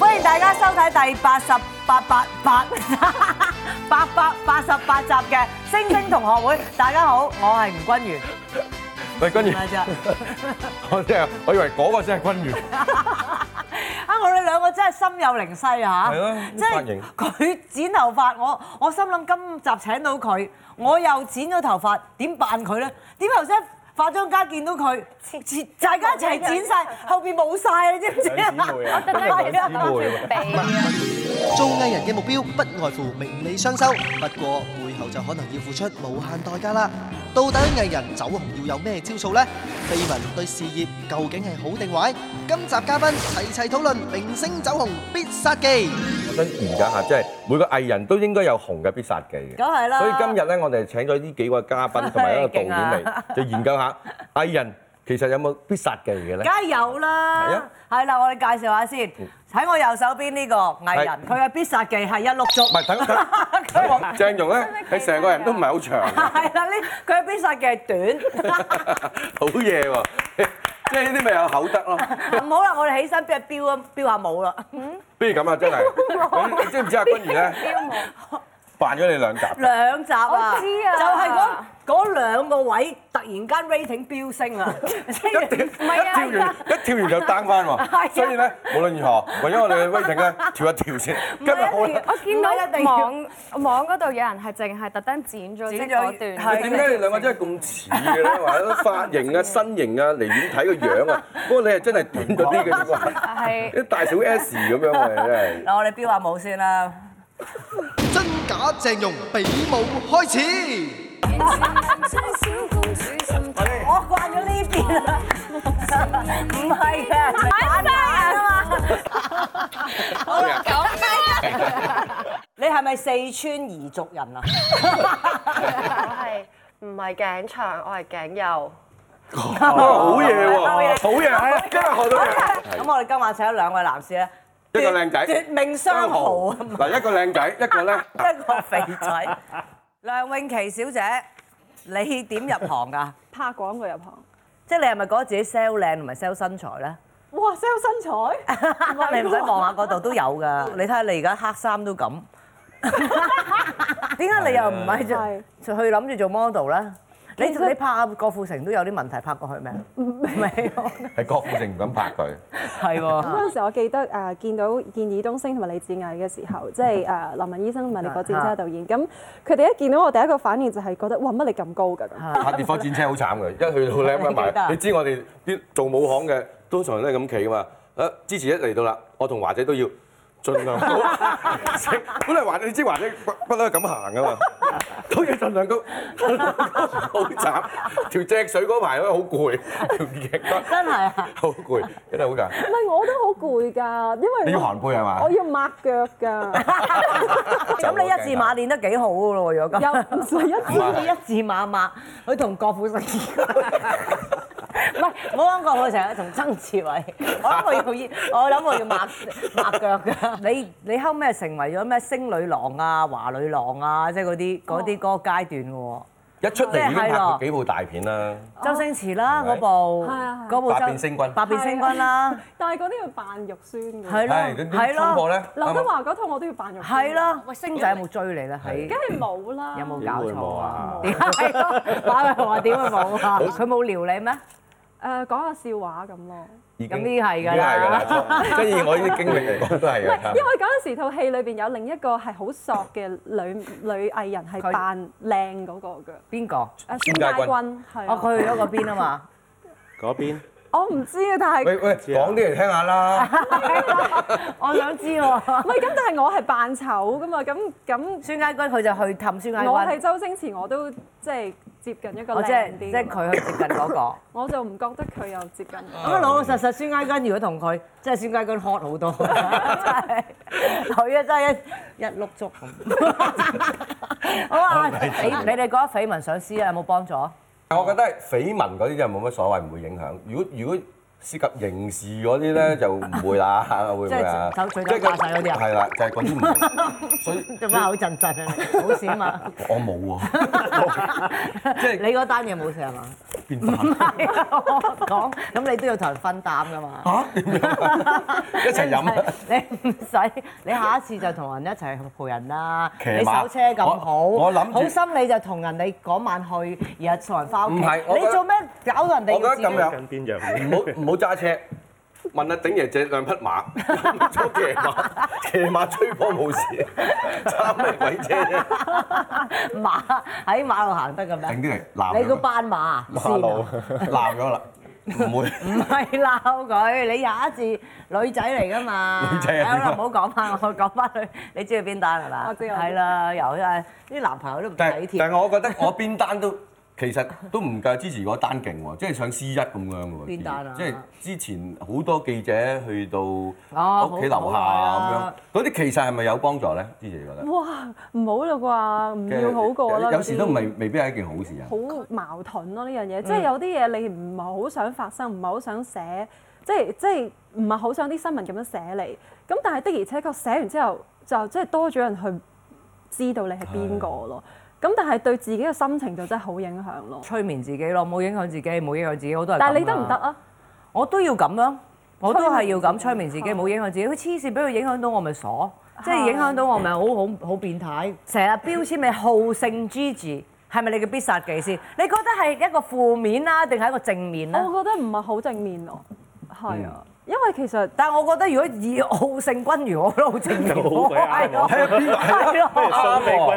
收睇第八十八八八八百八十八集嘅《星星同學會》，大家好，我係吳君喂，君如，如唔，係咋？我真係，我以為嗰個先係君如，啊！我哋兩個真係心有靈犀啊！係咯即髮係型佢剪頭髮，我我心諗今集請到佢，我又剪咗頭髮，點辦佢咧？點頭先化妝間見到佢，切大家一齊剪晒，後邊冇晒，你知唔知啊？兩姊妹啊係啊真係兩姊妹啊做藝人嘅目標不外乎名利雙收，不過背後就可能要付出無限代價啦。到底藝人走紅要有咩招數呢？緋聞對事業究竟係好定壞？今集嘉賓齊齊討論明星走紅必殺技。 我想而家嚇，即係每個藝人都應該有紅嘅必殺技嘅。梗係啦所以今日咧，我哋請咗呢幾個嘉賓同埋一個導演 勁啊嚟，就研究下藝人其實有冇必殺技嘅梗咧。係有係啦啊，嗯係啦，我哋介紹下先。喺我右手邊呢個藝人，係佢嘅必殺技係一碌竹。唔係，等 等，等我鄭融咧，佢成個人都唔係好長嘅，係啦，呢佢嘅必殺技係短。 好嘢喎。 即係呢啲咪有口德咯。 唔好啦，我哋起身邊去標啊，標下舞啦。不如咁啊，真係，你你知唔知阿君如咧扮咗你兩集？兩集啊，我知啊就係嗰嗰兩個位突然間 rating 飆升啊，即 一跳係啊一跳完一跳完就 down 翻係啊喎，所以咧無論如何，為咗我哋嘅威霆咧，跳一跳先。啊今日好啦，我見到唔係一定要網網嗰度有人係淨係特登剪咗即剪係咗嗰段，係點解你兩個真係咁似嘅咧？話啲 髮型啊、身形啊、離遠睇個樣啊，不過你係真係短咗啲嘅啫喎， 係 啲大小 S 咁樣喎，你真係。嗱，我哋標下舞先啦。真假鄭融比武開始。我慣咗呢邊啦，唔係嘅，反反啊嘛。好啦，啊你係咪四川彝族 人啊？係唔係頸長，我係頸幼。哇，好嘢喎，好嘢，啊今日學到嘢。咁我哋今晚請咗兩位男士咧，一個靚仔絕命雙豪啊！嗱，一個靚仔，一個咧 一個肥仔。梁詠琪小姐，你點入行㗎？拍廣告入行。即係你係咪覺得自己 sell 靚同埋 sell 身材咧？哇！sell 身材，你唔使 望下嗰度都有㗎。你睇下你而家黑衫都咁，點解你又唔係係就去諗住做 model 咧？你你拍阿郭富城都有啲問題，拍過去咩？未喎，係郭富城唔敢拍佢，係喎。嗰陣時我記得誒、呃、見到見爾冬升同埋李志毅嘅時候，即係誒、呃、林文醫生同埋烈火戰車導演，咁佢哋一見到我第一個反應就係覺得哇乜你咁高㗎咁，拍烈火戰車好慘嘅，一去到 咧乜記得啊埋，你知我哋啲做武行嘅通常都係咁企噶嘛。誒，之前一嚟到啦，我同華仔都要盡 量高。本來華仔你知華仔不不嬲係咁行噶嘛，都要盡量高， 盡量高好慘。條脊水嗰排咧好攰，條頸真係啊！好攰，真係好㗎。唔係我都好攰㗎，因為你要我寒背係嘛我要抹腳 㗎，咁你一字馬練得幾好㗎咯喎，如果咁。又唔係一知你一字馬馬，佢同郭富城，唔 係我講郭富城，啊同曾志 偉，我諗我要依，我諗我要抹抹腳㗎。 你你後尾係成為咗咩星女郎啊、華女郎啊，即係嗰啲嗰啲嗰個階段嘅喎。一出嚟已經真係拍係咯過幾部大片啦，周星馳啦，係咪嗰部係啊係啊嗰部周百變星君百變星君啦，但係嗰啲要扮肉酸㗎，係係咯咁係點衝咯破咧？劉德華嗰套我都要扮肉酸，係，咯。喂，星仔有冇追你咧？喺梗係冇啦，有冇點搞會錯冇啊？啊？點解 馬雲話點會冇啊？佢冇撩你咩？誒講下笑話咁咯。已咁呢係㗎啦已經係㗎啦。跟住我呢啲經歷嚟講都係唔係㗎，。因為嗰陣時套戲裏邊有另一個係好索嘅女女藝人係佢扮靚嗰個嘅，邊個？誒孫孫家家軍軍哦，係啊，佢去咗嗰邊啊嘛。嗰邊我唔知啊，但係喂喂，講啲嚟聽下啦。 我想知喎，唔係咁，但係我係扮醜噶嘛，咁咁孫家軍佢就去氹孫家我係軍，周星馳我都即係接近一個我即係靚即啲係嘅，佢去接近嗰個。 咁我就唔覺得佢有接近我。啊老老實實，孫家軍如果同佢，即係孫家軍 hot 好多， 真係佢啊真係一一碌竹 咁。好啊，你你哋覺得緋聞上司啊有冇幫助？我覺得緋聞嗰啲就冇乜所謂，唔會影響。如果如果涉及刑事嗰啲咧，就唔會 啦，會唔會啊？即係手嘴打晒嗰啲啊係啦，就係嗰啲唔會。所以做咩口震震 啊？冇事啊嘛，à. 我冇喎，即 係你嗰單嘢冇事係嘛？啊邊飯？講，咁你都要同人分擔噶嘛？嚇點樣？一齊飲啊！你唔使，你下一次就同人一齊去陪人啦。騎馬你手車咁好，我我諗住好心你就同人哋嗰晚去，然後送人翻屋企。唔係我覺得你做咩搞到人哋我要覺自己得咁樣，邊樣？唔好唔好揸車，問阿鼎爺借兩匹馬， 坐騎馬，騎馬追波冇事，揸咩鬼車啫？馬喺馬路行得嘅咩？整啲嚟鬧佢你個斑馬啊馬線路啊鬧咗啦，唔會。唔係鬧佢，你下一次女仔嚟噶嘛？哎女仔係點啊好啦唔好講翻我，講翻佢，你知佢邊單係嘛？我知我知係啦，有啊，啲男朋友都唔體但係但貼。係，我覺得 我邊單都其實都唔夠支持嗰單勁喎，即係上 C 一咁樣嘅喎。邊單啊即係之前好多記者去到哦好屋企樓好啊下咁樣，嗰啲其實係咪有幫助咧？支持你覺得？哇，唔好啦啩，唔要好過啦。有時都呢啲未未必係一件好事啊。好矛盾咯呢樣嘢，即係有啲嘢你唔係好想發生，唔係好想寫，即係即係唔係好想啲新聞咁樣寫你。咁但係的而且確寫完之後，就即係多咗人去知道你係邊個咯。咁但係對自己嘅心情就真係好影響咯。催眠自己咯，冇影響自己，冇影響自己，好多人。但係你得唔得？啊？我都要咁樣，我都係要咁催催眠眠自自己己，冇影響自己。佢黐線，俾佢影響到我咪傻，即係影響到我咪好好好變態。成日標籤你好勝 Gigi，係咪你嘅必殺技先？你覺得係一個負面啦，定係一個正面咧？我覺得唔係好正面咯。係啊，因為其實 但係我覺得如果以好勝君如，我覺 得好正面喎，係咯，係咯，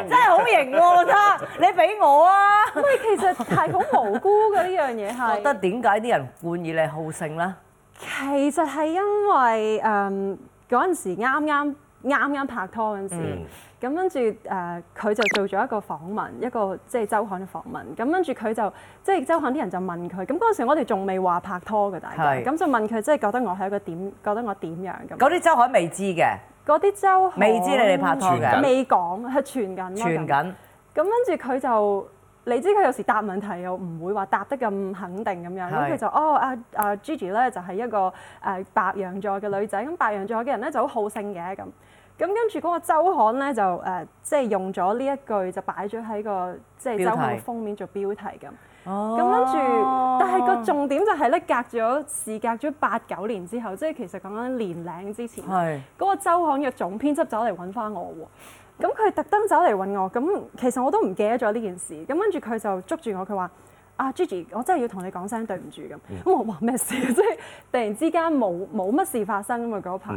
真係好型喎！我覺得你俾我啊，因為其實係好無辜嘅呢樣嘢係。覺得點解啲人冠以你好勝咧？其實係因為誒嗰陣時啱啱啱啱拍拖嗰陣時，嗯咁跟住誒佢就做咗一個訪問，一個即係周刊嘅訪問。咁跟住佢就即係周刊啲人就問佢，咁嗰陣時我哋仲未話拍拖嘅大家，係咁就問佢即係覺得我係一個點，覺得我點樣咁。嗰啲周海未知嘅，嗰啲周刊未知你哋拍拖傳緊嘅，未講，係傳緊咯。傳咁緊。咁跟住佢就，你知佢有時答問題又唔會話答得咁肯定咁樣，咁係佢就哦啊啊 Gigi 咧就係一個誒、呃白羊座嘅女仔，咁白羊座嘅人咧就好好勝嘅咁。咁跟住嗰個周刊咧就誒、呃即係用咗呢一句就擺咗喺個即係標周刊嘅題哦封面做標題咁。咁咁跟住，但係個重點就係咧，隔咗事隔咗八九年之後，即係其實講緊年零之前，係嗰個啊周刊嘅總編輯走嚟揾翻我喎。咁佢特登走嚟揾我，咁其實我都唔記得咗呢件事。咁跟住佢就捉住我，佢話：啊 Gigi，我真係要同你講聲對唔住咁。咁我話咩事？ 即係突然之間冇冇乜事發生啊嘛嗰排。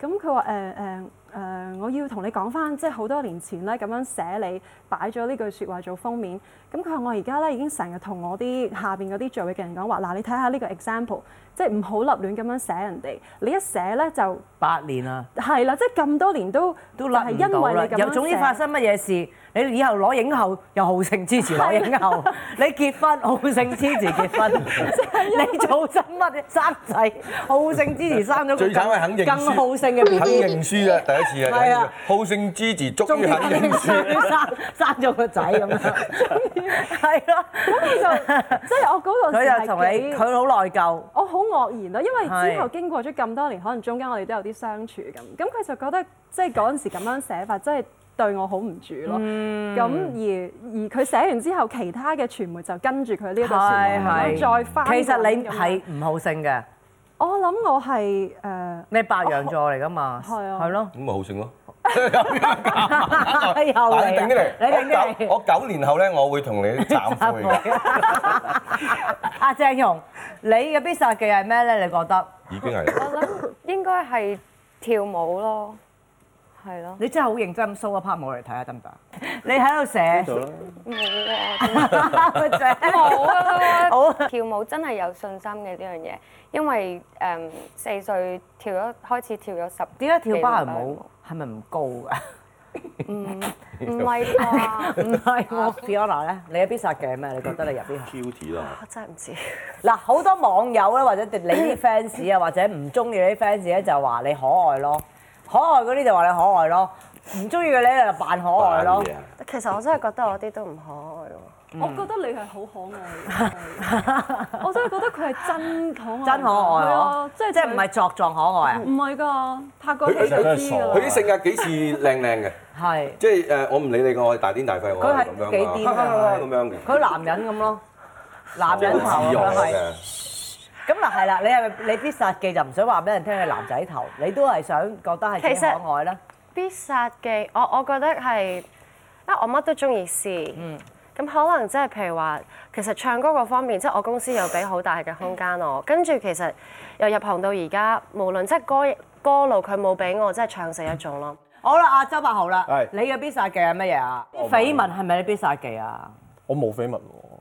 咁佢話誒誒誒，我要同你講翻，即係好多年前咧咁樣寫你擺咗呢句説話做封面。咁佢話我而家咧已經成日同我啲下邊嗰啲聚會嘅人講話，嗱你睇下呢個 example，即係唔好立亂咁樣寫人哋。你一寫咧就八年啦。係啦，即係咁多年都都就甩係唔因到為啦你咁。又樣總之寫發生乜嘢事，你以後攞影後又好勝支持啊攞影後，你結 婚好勝支持結婚，啊你做親乜嘢生仔好勝支持生咗個最慘係肯認更輸更好勝嘅 B 肯 B，認輸啦，第一次啊，係第一啊次好勝之至，終終於於肯認肯認輸。輸生生咗個仔咁樣，係咯， 即係我嗰個時佢係就同你幾佢好內疚。我好愕然咯，啊因為之後係經過咗咁多年，可能中間我哋都有啲相處咁，咁佢就覺得即係嗰陣時咁樣寫法，真係對我好唔住咯。咁、嗯而而佢寫完之後，其他嘅傳媒就跟住佢呢一個係傳媒係咁樣再翻。其實你係，唔好勝嘅，我諗我係誒、呃你係白羊座嚟噶嘛？係啊係咯，咁咪好 勝咯。又嗱，嚟你定啲啦，啊你定嚟。啲我九嚟。我九年後咧，我會同你啊懺悔 嘅，阿鄭融，你嘅必殺技係咩咧？你覺得？已經係。我諗應該係跳舞咯，係咯，你真係好認真咁 show 一 part 舞嚟睇下啊得唔得？你喺度寫，冇啊。 寫好冇啊啊！跳舞真係有信心嘅呢樣嘢，因為誒四歲跳咗開始跳咗十點解跳芭幾蕾年舞係咪唔高㗎？芭蕾舞？唔係 啩？唔係我 Fiona 咧，你有必殺技係咩？你覺得你入邊 Guilty 啦，我真係唔知。嗱，好多網友咧，或者你啲 fans 啊，或者唔中意你啲 fans 咧，就話你可愛咯，可愛嗰啲就話你可愛咯，唔中意嘅咧就扮可愛咯。啊其實我真係覺得我啲都唔可愛喎。嗯我覺得你係好 可愛，我真係覺得佢係真可愛，真可愛係哦啊！即係嗯即係唔係作狀可愛啊？唔係㗎，拍過佢戲就知㗎啦佢啲性格幾似靚靚嘅， 係，即係誒，我唔理你嘅，我係大癲大肺，我佢係係咁樣幾癲啊㗎咁樣嘅。佢男人咁咯。男人頭好自我啊，係。嘅。咁嗱係啦，你係咪你必殺技就唔想話俾人聽係男仔頭，你都係想覺得係幾其實可愛啦。必殺技，我我覺得係啊，我乜都中意試。嗯。咁可能即係譬如話，其實唱歌嗰方面，即係我公司又俾好大嘅空間我。跟住其實由入行到而家，無論即係歌歌路，佢冇俾我，即係唱死一種咯。好啦，阿周柏豪啦係，你嘅必殺技係乜嘢啊？啲緋聞係咪你必殺技啊？我冇緋聞喎，邊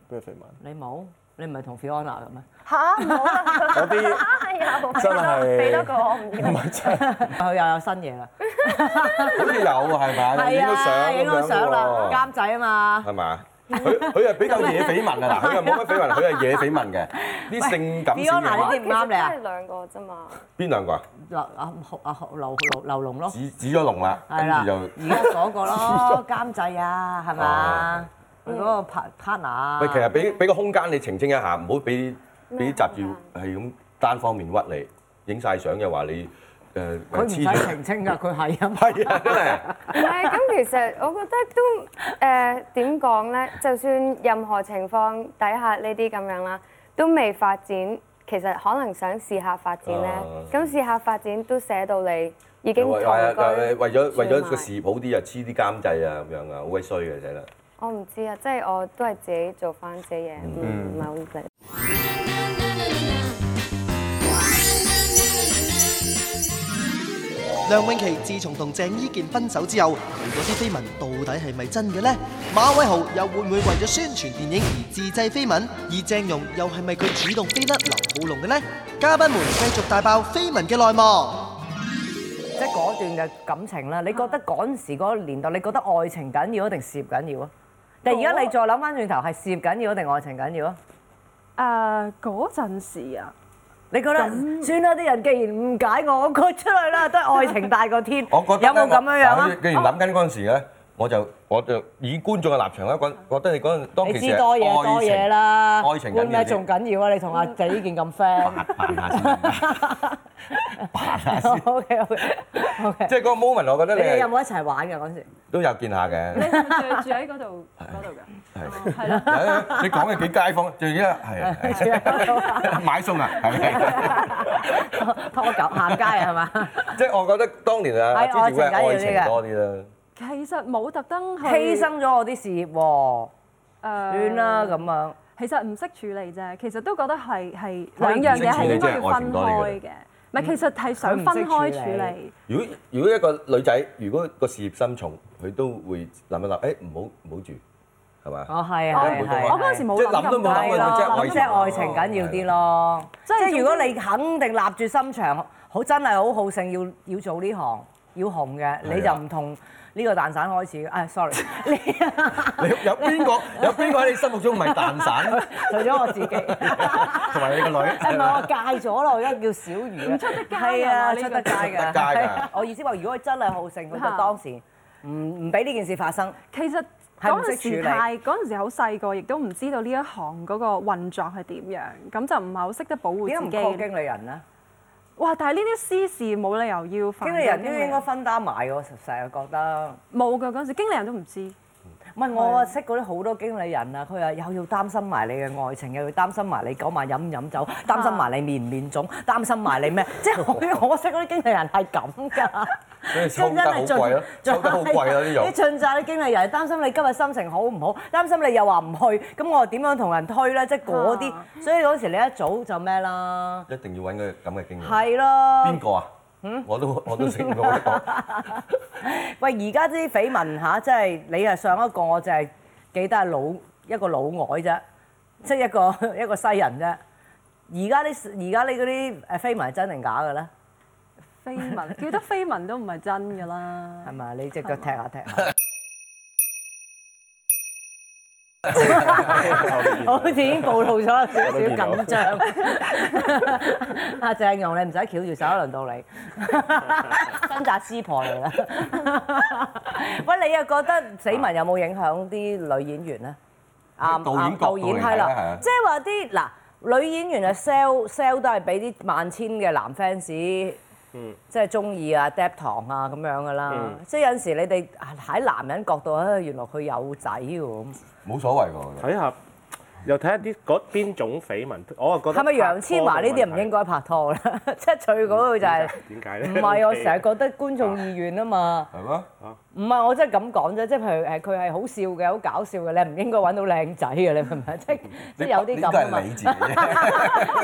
有緋聞？你冇？你唔係同 Fiona 嘅咩？嚇冇啊啦！嗰啲有真係俾多個我唔要唔。係真 係，佢又有新嘢啦，好似有係 咪？影到相啊影咁到樣相啦，嘅監仔啊嘛喎，。係嘛？ 佢佢係比較惹緋聞啊！嗱，佢又冇乜緋聞，佢係惹緋聞嘅，啲性感小 Fiona，你。嘢唔啱你啊其實真係兩個啫嘛。邊兩個啊？劉啊學啊學劉劉劉龍咯，指指咗龍啦，係跟啦住，就。而家嗰個咯，監製啊，係嘛？佢嗰個 part- partner 啊喂，其實俾俾個空間你澄清一下，唔好俾俾雜誌係咁單方面屈你，影晒相又話你誒佢唔黐使咗，澄清㗎，佢係咁。係 啊，真係唔係，咁其實我覺得都誒點講咧？就算任何情況底下呢啲咁樣啦，都未發展，其實可能想試下發展咧啊。咁試下發展都寫到你已經同為為居為咗為咗住個埋時譜啲啊，黐啲監製啊咁樣啊，好鬼衰嘅真係。我唔知啊，即係我都係自己做翻自己嘢，唔唔係好明。梁咏琪自從同鄭伊健分手之後，佢嗰啲緋聞到底係咪真嘅呢？馬偉豪又會唔會為咗宣傳電影而自製緋聞？而鄭融又係咪佢主動飛甩劉浩龍嘅呢？嘉賓們繼續大爆緋聞嘅內幕。即係嗰段嘅感情啦，你覺得嗰陣時嗰個年代，你覺得愛情緊要定事業緊要啊？但係而家你再諗翻轉頭，係事業緊要定愛情緊要啊？誒啊嗰陣時啊，你覺得算啦，啲人既然誤解我，我豁出去啦，都係愛情大過天。我覺得有冇咁樣樣啊？哦既然諗緊嗰陣時咧，我就我就以觀眾嘅立場咧，覺覺得你嗰陣當你其時知多嘢係多嘢啦，愛情緊要會啲咩仲緊要啊？你同阿仔呢件咁 friend。扮下先， 扮下先。 O K O K O K。即係嗰個 moment，我覺得你你哋有係冇一齊玩㗎嗰時？都有見下嘅 你。係咪住住喺嗰度嗰度㗎？係哦係啦。啊你講嘅幾街坊，最緊係係 買餸啊，係 咪？拖狗行街啊係嘛？即係我覺得當年啊，係之前會係愛愛情緊要啲嘅情多啲啦。其實冇特登去犧牲咗我啲事業喎，誒算啦嗯咁樣。其實唔識處理啫，其實都覺得係係兩樣嘢係應該要分開嘅。唔係，其實係想分開處理。如果如果一個女仔，如果個事業心重，佢都會諗一諗，誒唔好唔好住，係嘛？哦，係我啊，係啊係啊。我嗰陣時冇即係諗都諗冇諗啊係過咯，即係咁愛即情係愛情緊要啲咯。即即哦係係如果你肯定立住心腸，好真係好好勝，要要做呢行，要紅啊嘅，你就唔同呢個蛋散開始 嘅。唉，sorry，你你有邊個有邊個喺你心目中唔係蛋 散，除咗我自 己，同埋你個女？係咪我戒咗啦？我而家叫小魚啊，出得街係啊，呢出個得街出得㗎。街㗎我意思話，如果佢真係好勝，佢就啊嚇當時唔唔俾呢件事發生。其實係唔嗰識陣處理時太嗰陣時好細個，亦都唔知道呢一行嗰個運作係點樣，咁就唔係好識得保護點解唔自靠己。經理人咧？哇！但係呢啲私事冇理由要煩經到理人都應該分擔埋嘅，我成日覺得。冇㗎嗰陣時，經理人都 唔知。唔係我啊，識嗰啲好多經理人啊，佢話又要擔心埋你嘅愛情，又要擔心埋你嗰晚飲唔飲酒，擔心埋你面唔面腫，擔心埋你咩？ 即係我我識嗰啲經理人係咁㗎。 所以抽得好貴咯， 抽得好貴咯呢你種。盡責啲經理人，擔心你今日心情好唔好，擔心你又話唔去，咁我點樣同人推咧？即係嗰啊啲，所以嗰時你一早就咩啦？一定要揾個咁嘅經理。係咯。邊個啊？我都我都識我都 講。喂，而家啲緋聞嚇，即係你係上一個，我就係記得係老一個老外啫，即係一個 一個西人啫。而家啲而家你嗰啲誒緋聞係真定假嘅咧？緋聞叫得緋聞都唔係真㗎啦係。咪？你只腳踢下踢下， 好似已經暴露咗少少緊張。阿鄭融，你唔使翹住手，輪 到你新紮師婆嚟啦。喂，你又覺得死文有冇影響啲女演員咧？啊導演啊角度導演嚟係睇咧係啊啦，即係話啲嗱女演員啊 sell sell 都係俾啲萬千嘅男 fans。即係中意啊、d e p 堂啊咁樣噶啦，即係有陣時你哋喺男人角度，啊原來佢有仔喎咁。冇所謂㗎，我覺得睇下又睇下啲嗰邊種緋聞，我啊覺得係咪楊千嬅呢啲唔應該？該拍拖啦？ 即係最嗰個就係點解唔咧？ 係我成日覺得觀眾意願啊嘛。係咩？唔係我真係咁講啫，即係譬如誒佢係好笑嘅，好搞笑嘅，你唔應該揾到靚仔嘅，你明唔明？即係即係有啲咁啊呢個係你嘛。自己 啫，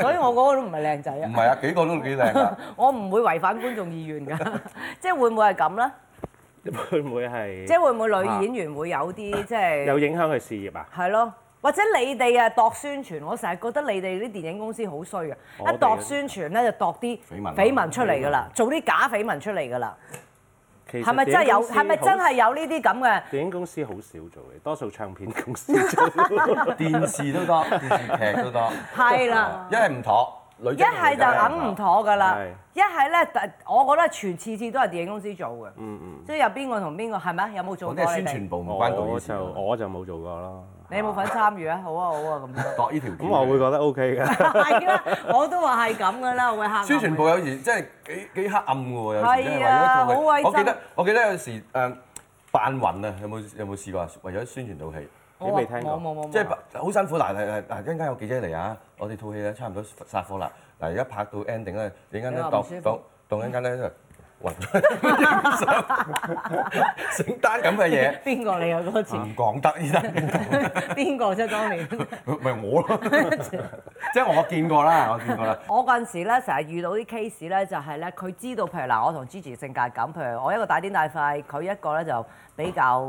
所以我嗰個都唔係靚仔啊唔。係啊，幾個都幾 靚㗎。我唔會違反觀眾意願㗎， 即係會唔會係咁咧？會唔會係即係會唔會女演員會有啲即有係影響佢事業啊？係咯？或者你哋啊度宣傳，我成日覺得你哋啲電影公司好衰啊！我哋一度宣傳咧就度啲緋聞緋聞出嚟㗎啦，做啲假緋聞出嚟㗎啦，其實係咪真係電影有？公司係咪真好係？有呢啲咁嘅？電影公司好少做嘅，多數唱片公司做。電視都多，電視劇都多，係 啦，一係唔妥，女一係就揞唔妥㗎啦係，一係咧，但我覺得全次次都係電影公司做嘅，即係有邊個同邊個係咪？有冇做嗰過啲係你宣哋傳？部唔關導我演事啊哦就㗎。我就冇做過咯。你有冇份參與啊？好啊好啊咁樣。度呢條咁我會覺得 OK 嘅。 係啦，我都話係咁㗎啦，會嚇。宣傳部有時真係幾幾黑暗嘅喎，有時真係係為咗啊套戲好威我記真得我記得有時誒扮暈啊，有冇有冇試過啊？為咗宣傳套戲。你未聽過冇冇冇冇。啊即係好辛苦嗱嗱嗱！一陣間有記者嚟啊，我哋套戲咧差唔多殺科啦。嗱，而家拍到 ending 咧，陣間咧你啊話唔當舒服當當陣間咧就暈 咗，成單咁嘅嘢邊個嚟啊？嗰次唔講得 呢單，邊個啫？當年咪我咯， 即係我見過啦，我見過啦。我嗰陣時咧，成日遇到啲 case 咧，就係咧，佢知道譬如嗱，我同 Gigi 性格咁，譬如我一個大癲大快，佢一個咧就比較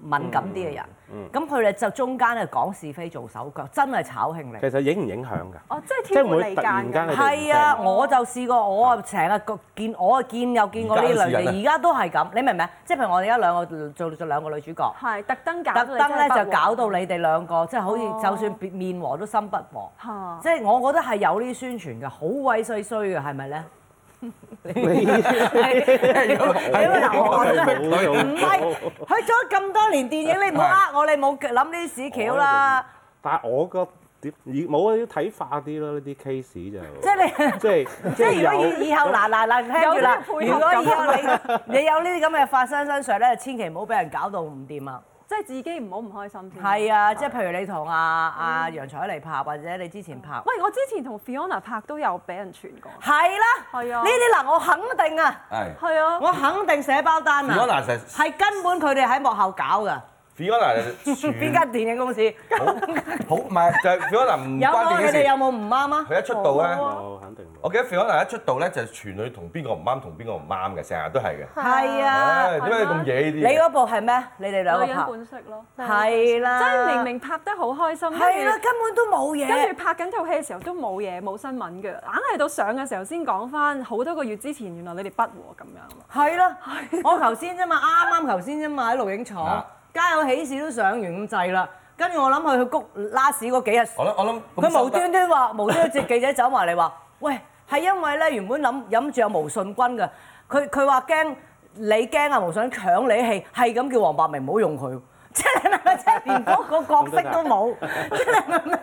敏感啲嘅人，嗯咁佢哋就中間咧講是非做手腳，真係炒興嚟其。實影唔影響㗎？哦，即係即係天唔會會離突然間間你嘅。哋唔係啊，聽我就試過，我啊成日個見，我啊見又見過呢類而家都嘅，而家都係試緊啊咁，你明唔明？即係譬如我哋而家兩個做做兩個女主角。係特登搞到特你真係登咧不和就搞到你哋兩個，即係好似哦就算別面和都心不和，嚇即係我覺得係有呢啲宣傳嘅，好鬼衰衰嘅，係咪咧？冇做唔係，佢做咗咁多年電影，你唔好呃我，你冇諗呢啲屎橋啦。但係我個點冇啊，要睇化啲咯，呢啲 case 就即係你，即係即係如果有以以後嗱嗱嗱聽住啦，有如啲果配合以後你你有呢啲咁嘅發生身上咧，千祈唔好俾人搞到唔掂啊！即係自己唔好唔開心先。係啊，即係譬如你同阿阿楊采妮拍，或者你之前拍。喂，我之前同 Fiona 拍都有俾人傳過。係啦，係啊呢啲嗱，我肯定啊，係係啊，我肯定寫包單啊。 Fiona 就係根本佢哋喺幕後搞噶。 Fiona 就邊間電影公司？有好好唔係就係 Fiona 唔冇關啊電你影哋有事。冇唔啱啊？佢一出道咧，冇肯定我冇。記得 Fiona 一出道咧就全女同邊個唔啱同邊個唔啱嘅，成日都係嘅。係啊，唉點解咁野你呢啲嘢？嗰部係咩？你哋兩個女人拍本色咯，係啦，即係明明拍得好開心，係啊啦，跟住根本都冇跟嘢。住拍緊套戲嘅時候都冇嘢冇新聞嘅，硬係到上嘅時候先講翻好多個月之前，原來你哋不和咁樣咯。係啦，我頭先啫嘛，啱啱頭先啫嘛喺錄影廠啊，街有喜事都上完咁滯啦。跟住我諗佢去谷拉屎嗰幾日，我諗我諗咁佢收無得端端話， 無端端隻記者走埋嚟話：，喂，係因為咧原本諗諗住有毛信君嘅，佢佢話驚你驚啊，毛想搶你氣，係咁叫黃百鳴唔好用佢， 即係你明唔明即係連嗰個角色都冇， 即係你明唔明？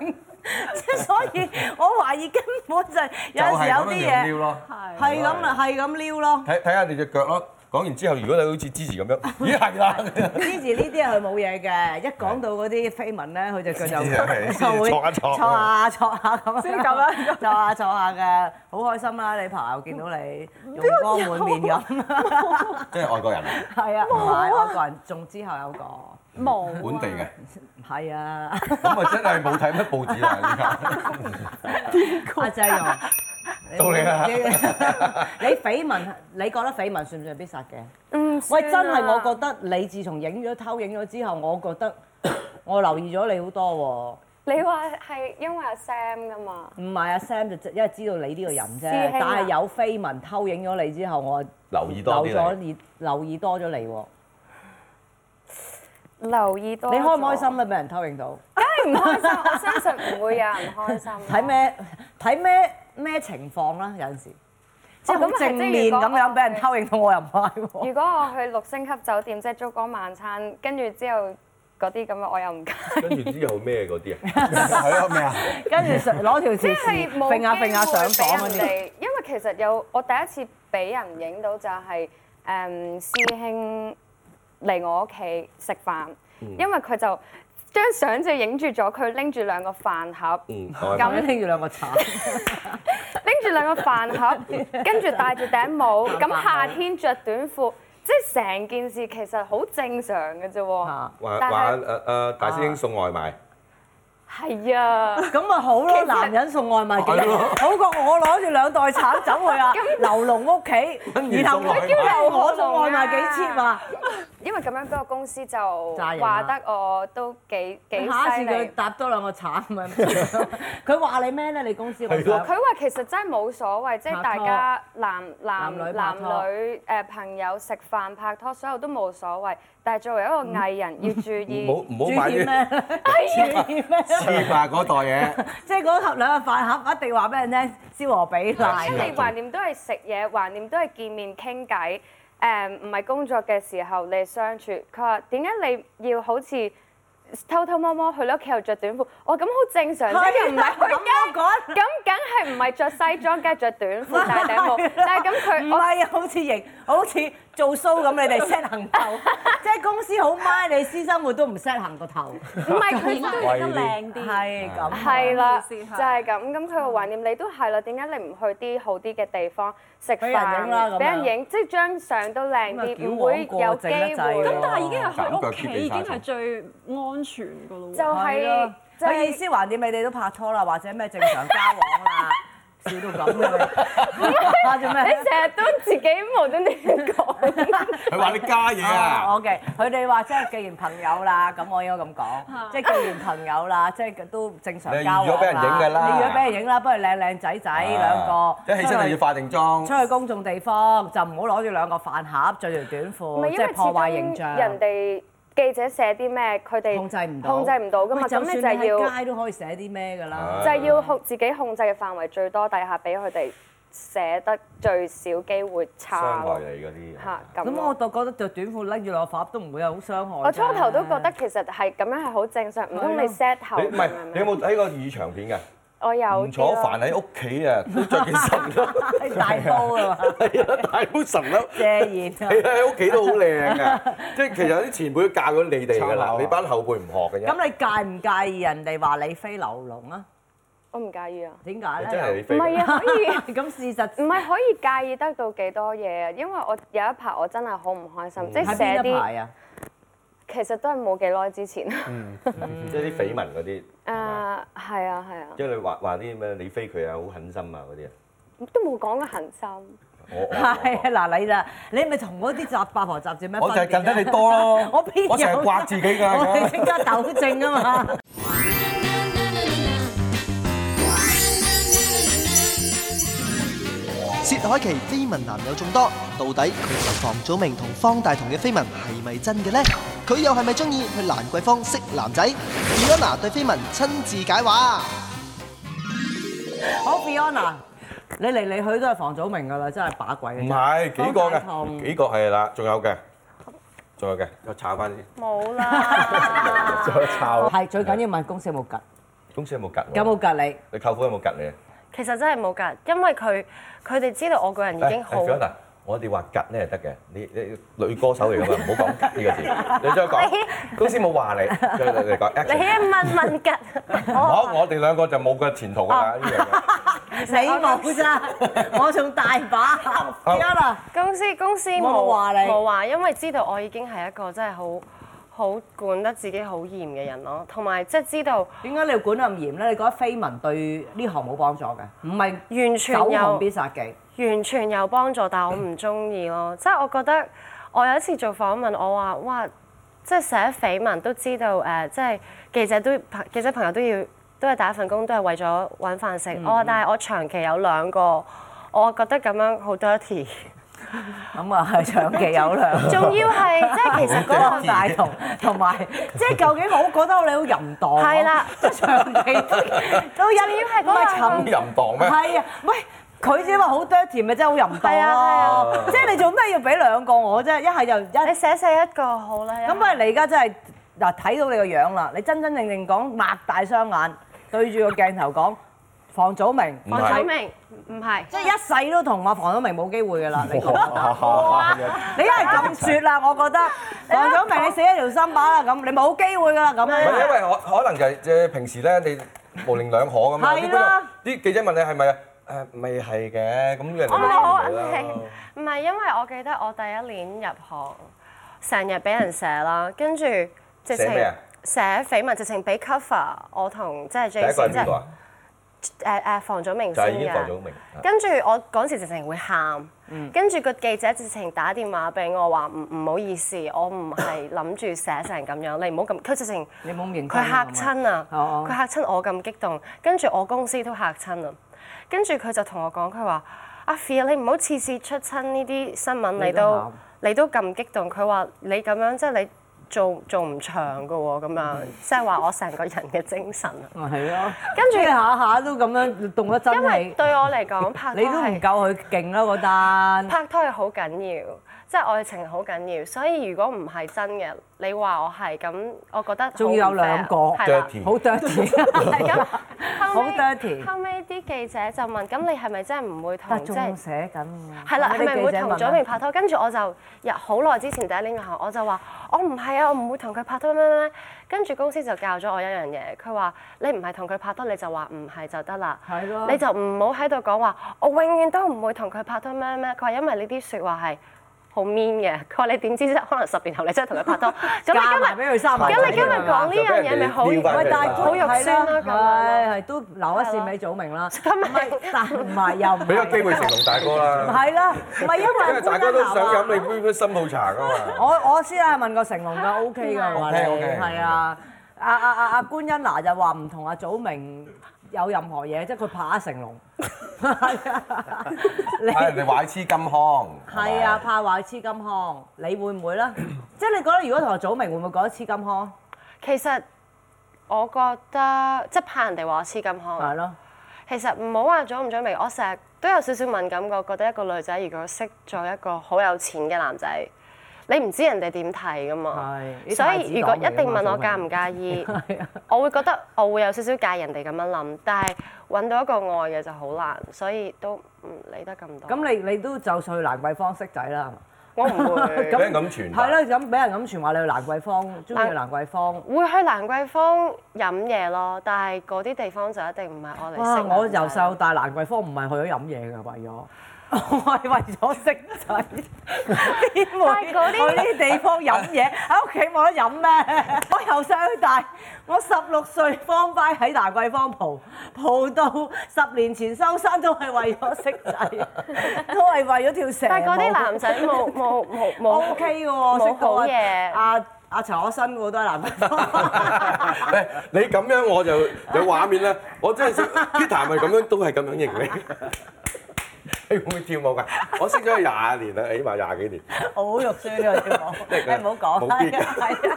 即係所 以，我懷疑根本就係有就陣時係有咁啲樣撩嘢咯。係咁啦，係咁撩咯。睇睇下你只腳咯。講完之後，如果你好似支持咁樣，咦係啦，支持呢啲係佢冇嘢嘅，一講到嗰啲緋聞咧，佢隻腳就 係就會先戳一戳戳下戳下咁樣，先咁啦戳下戳下嘅，好開心啦！你朋友見到你容光滿面咁，即係外國人啊，係啊，唔係我個人仲之後有個，冇啊本地嘅，係 啊，咁啊真係冇睇乜報紙啦。阿謝容，到你啊啦你你緋聞，你覺得緋聞算唔算啊必殺嘅？嗯，喂，算真啦係我覺得你自從影咗偷影咗之後，我覺得我留意咗你好多喎。你話係因為阿 Sam 噶嘛？唔係啊，Sam 就因為知道你呢個人啫，師兄但啊係有緋聞偷影咗你之後，我留意多啲留咗你你留意多咗你喎。留意多咗，你開唔開心咧？俾人偷影到 唔開心，我相 信唔會有人開心。啊睇？咩睇咩咩情況啦？有陣時即係咁好係正即係面如果咁樣俾人係偷影到，我又唔係喎。如果我去六星級酒店，即係燭光晚餐，跟住之後嗰啲咁嘅，我又唔介意。跟住之後咩嗰啲啊？係咯咩啊？ 跟住上攞條即線係冇揈下揈下上機會房嗰俾啲。人哋，因為其實有我第一次俾人影到就係、嗯嗯誒、師兄嚟我屋企食飯，因為佢就張相就影住咗佢拎住兩個飯盒，嗯，咁咁拎住兩個 茶，拎住兩個 飯盒，跟住戴住頂帽，咁夏天着短褲，即係成件事其實好正常嘅啫喎啊。話但係話誒誒大師兄送外賣，係啊，咁咪好咯，其實男人送外賣係咯幾好過我攞住兩袋橙走去啊流龍屋跟企，住然後送外賣又我送外賣幾千啊！因為咁樣俾個公司就 炸人啊話得我都幾幾下犀一次利佢。搭多兩個橙咪， 佢話你咩咧？你公司話係咯佢話其實真係冇所謂，即係大拍拖家男男男女拍男拖女誒朋友食飯拍拖，所有都冇所謂。但係作為一個藝人，要注意唔好唔注好買意啲咩？注意咩？黐白嗰袋嘢， 即係嗰盒兩個飯盒，一定話俾人聽燒鵝比即賴。係你橫掂都係食嘢，橫掂都係見面傾偈，誒唔係工作嘅時候你哋相處。佢話點解你要好似偷偷摸摸去你屋企又着短褲？我咁好正常啊啫，又唔係咁去樣街。講。咁梗係唔係着西裝，梗係着短褲戴頂帽。但係咁唔佢我係啊，好似型，好似做 show 咁，你哋 set 行 頭，即係公司好 my，你私生活都唔 set 行個頭，唔係佢都都靚啲。係咁。啊係啦，就意思係係咁。咁佢話懷念你都係啦，點解你唔去啲好啲嘅地方食俾人影啦咁飯，樣俾人影，即係張相都靚咁啊啲，矯唔枉會過有機正得滯會咁。但係已經斬腳趾係去屋企避已沙經蟲係最安全㗎咯喎。就係咯就佢意係思橫掂你哋都拍拖啦，或者咩正常交往啦，笑到咁嘅 你，做你咩？成日都自己無端端講， 佢話你加嘢啊啊，Ờ, ，OK，佢哋話即係既然朋友啦，咁我應該咁講，即係既然朋友啦，即係都正常交往你預咗俾人影㗎啦你預咗俾人影啦，不如靚靚仔仔 À. 兩個，一起身就要化定妝，出去公眾地方就唔好攞住兩個飯盒，着條短唔係褲，因即為係始破壞形象終。人哋記者寫啲咩，佢哋控制唔到，控制唔到噶嘛，喂咁就你算就要喺街都可以寫啲咩㗎啦。就係要控自己控制嘅範圍最多底下，俾佢哋寫得最少機會差傷害咯你嗰啲。嚇咁咁咯我。就覺得着短褲拎住落飯盒都唔會有好傷害啫。我初頭都覺得其實係咁樣係好正常，唔通你 set 頭你唔係咁樣咩你有冇睇過預場片㗎？我有吳楚啲凡咯喺屋企啊，都着件神 褸，大煲啊嘛，係啊，大佬神褸。遮掩啊。係啊喺屋企都好靚噶，即係其實有啲前輩都教咗你哋㗎抄啦我，啊你班後輩唔學嘅啫。咁你介唔介意人哋話你非流龍啊？我唔介意啊，點解你咧？真係你唔飛 係啊，可以。咁事實唔係可以介意得到幾多嘢啊？因為我有一排我真係好唔開心，即係喺寫邊一啲排啊？其實都係冇幾耐之前。誒即係啲緋聞嗰啲，係啊係啊，即係你話話啲咩你飛佢啊，好狠心啊嗰啲啊。都冇講過恒心。我我係啊嗱，你啦，你咪同嗰啲雜八婆雜誌咩我分就係別近得啊，你多咯 我邊有我成日刮自己 我哋㗎。即刻糾正啊嘛。 薛凱琪緋聞男友眾多，到底佢同房祖名同方大同嘅緋聞係咪真嘅呢？佢又係咪中意去蘭桂坊識男仔？Fiona 對緋聞親自解話。好 Fiona，你嚟嚟去都係房祖名㗎啦，真係把鬼嘅唔啫。係幾個方大同嘅，幾個係啦，仲有嘅，仲有嘅，我查翻先。冇啦， 再抄。係最緊要問公司有冇吉，公司有冇趌我？有冇吉你？你舅父有冇趌你啊？其實真係冇㗎，因為佢佢哋知道我個人已經好誒誒 Fiona，我哋話趌咧係得嘅，你你女歌手嚟㗎嘛，唔好講趌呢個字。你再講，公司冇話你，再嚟嚟講你 action 一。問問吉，好，我我哋兩個就冇個前途㗎啦，呢樣嘢。你冇咋，我仲大把。Fiona，公司公司我冇冇話你冇話，因為知道我已經係一個真係好好管得自己好嚴嘅人咯，同埋即係知道點解你要管得咁嚴咧？你覺得緋聞對呢行冇幫助嘅？唔係完全走有紅必殺技。完全有幫助，但我唔中意咯。即係我覺得我有一次做訪問，我話哇，即係寫緋聞都知道誒、呃即係記者都記者朋友都要都係打一份工，都係為咗揾飯嗯食。我話但係我長期有兩個，我覺得咁樣 好 dirty。咁啊，係長期有量。仲要係即係其實嗰、 嗰個個大同同埋， 即係究竟我覺得你好淫蕩。係啦，即係長期都都有仲要係嗰個唔係沉咁淫蕩咩？係啊，喂，佢只話好 dirty 咪真係好淫係蕩啊係咯。即係你做咩要俾兩個我啫？一係就一你寫寫一個好啦。一咁啊！你而家真係嗱，睇到你個樣啦，你真真正正講擘大雙眼對住個鏡頭講，房祖明，唔係黃祖明唔係，即係一世都同阿房祖明冇機會㗎啦。 你哇你一係咁絕啦，我 覺得房祖明你死一條心把啦咁，你冇機會㗎啦 咁唔係因樣。為可可能就係即係平時咧，你模棱兩可咁樣。啲係啦觀眾啲記者問你係咪啊？誒，咪係嘅，咁人哋我都知冇道啦係唔係因為我記得我第一年入行，成日俾人寫啦，跟住直寫情咩啊寫緋聞，直情俾 cover 我同即係第一個 Jason 係即邊個係啊？誒誒房祖明就先係已經房祖嘅。明。跟住我嗰陣時直情會喊，嗯跟住個記者直情打電話俾我話唔唔好意思，我唔係諗住寫成咁樣，你唔好咁。佢直情你冇咁認真佢啊嚇親啊！哦佢嚇親我咁激動，跟住我公司都嚇親啊！跟住佢就同我講，佢話：阿 f i 你唔好次次出親呢啲新聞，你都你都咁激動。佢話你咁樣即係你做做唔長噶喎，咁樣嗯即係話我成個人嘅精神 啊！咪係咯，跟住你下下都咁樣動得真因為氣，對我嚟講拍拖你都唔係。夠佢勁啦嗰單。拍拖係好緊要，即係愛情好緊要，所以如果唔係真嘅，你話我係咁，我覺得好仲要有 unfair，兩個係啦 Dirty 好 dirty， 係咁後尾好 dirty 啊後尾啲記者就問：咁你係咪真係唔會同但即仲係寫緊。係啦？有冇啲係咪唔會記者同問祖啊明拍拖？跟住我就入好耐之前第一年入行，我就話我唔係啊，我唔會同佢拍拖咩咩咩。跟住公司就教咗我一樣嘢，佢話你唔係同佢拍拖，你就話唔係就得啦。係咯你就唔好喺度講話，我永遠都唔會同佢拍拖咩咩咩。佢話因為呢啲説話係好 mean 嘅。佢話你點知啫？可能十年後你真係同佢 拍拖。咁你嫁今埋日俾佢三萬。咁你今日講呢樣嘢咪好就俾人哋撩返喂，佢但係啦好肉酸啦咁樣。係係都留一線俾祖明啦。咁咪但唔係又唔俾個係機會成龍大哥啦，係啦，唔係因因為為大家都想飲你。你杯杯深泡茶噶嘛。我我先係問過成龍㗎，OK 㗎，我話你 OK，OK 係啊。阿阿阿阿官恩娜就話唔同阿祖明有任何嘢，即係佢怕成龍。 係啊你睇人哋話你黐金腔。係啊，，怕話佢黐金腔，你會唔會 咧？即係你覺得如果同阿祖明會唔會覺得黐金腔？其實我覺得即係怕人哋話我黐金係腔。咯，其實唔好話準唔準備，我成日都有少少敏感過，覺得一個女仔如果識咗一個好有錢嘅男仔，你唔知人哋點睇噶嘛。係所以如果一定問我介唔介？介 意係啊，我會覺得我會有少少介人哋咁樣諗，但係揾到一個愛嘅就好難，所以都唔理得咁多。咁你你都就上去蘭桂坊識仔啦，係嘛？我唔會。俾人咁傳達係啦，咁俾人咁傳話你去蘭桂坊，中意去蘭桂坊。會去蘭桂坊飲嘢咯，但係嗰啲地方就一定唔係我嚟哇！識。我由細到大蘭桂坊唔係去咗飲嘢㗎，為咗。 我係為咗識 仔， 邊會去但係嗰啲呢啲地方飲嘢？ 喺屋企冇得飲咩？ 我由細到大，我十六歲方乖喺蘭桂坊蒲，蒲到十年前收山都係為咗識仔， 都係為咗跳蛇舞。但係嗰啲男仔冇冇冇 冇 O K 嘅喎，識冇到好啊嘢。阿阿陳可辛我都喺蘭桂坊。 喂，你咁樣我就有畫面啦。我 真係識 Peter 咪咁樣，都係咁樣型你。 你會唔會跳舞㗎？我識咗佢廿年啦，起碼廿幾年。好肉酸呢個節 目，係你㗎唔好講啦，冇必 要係啊。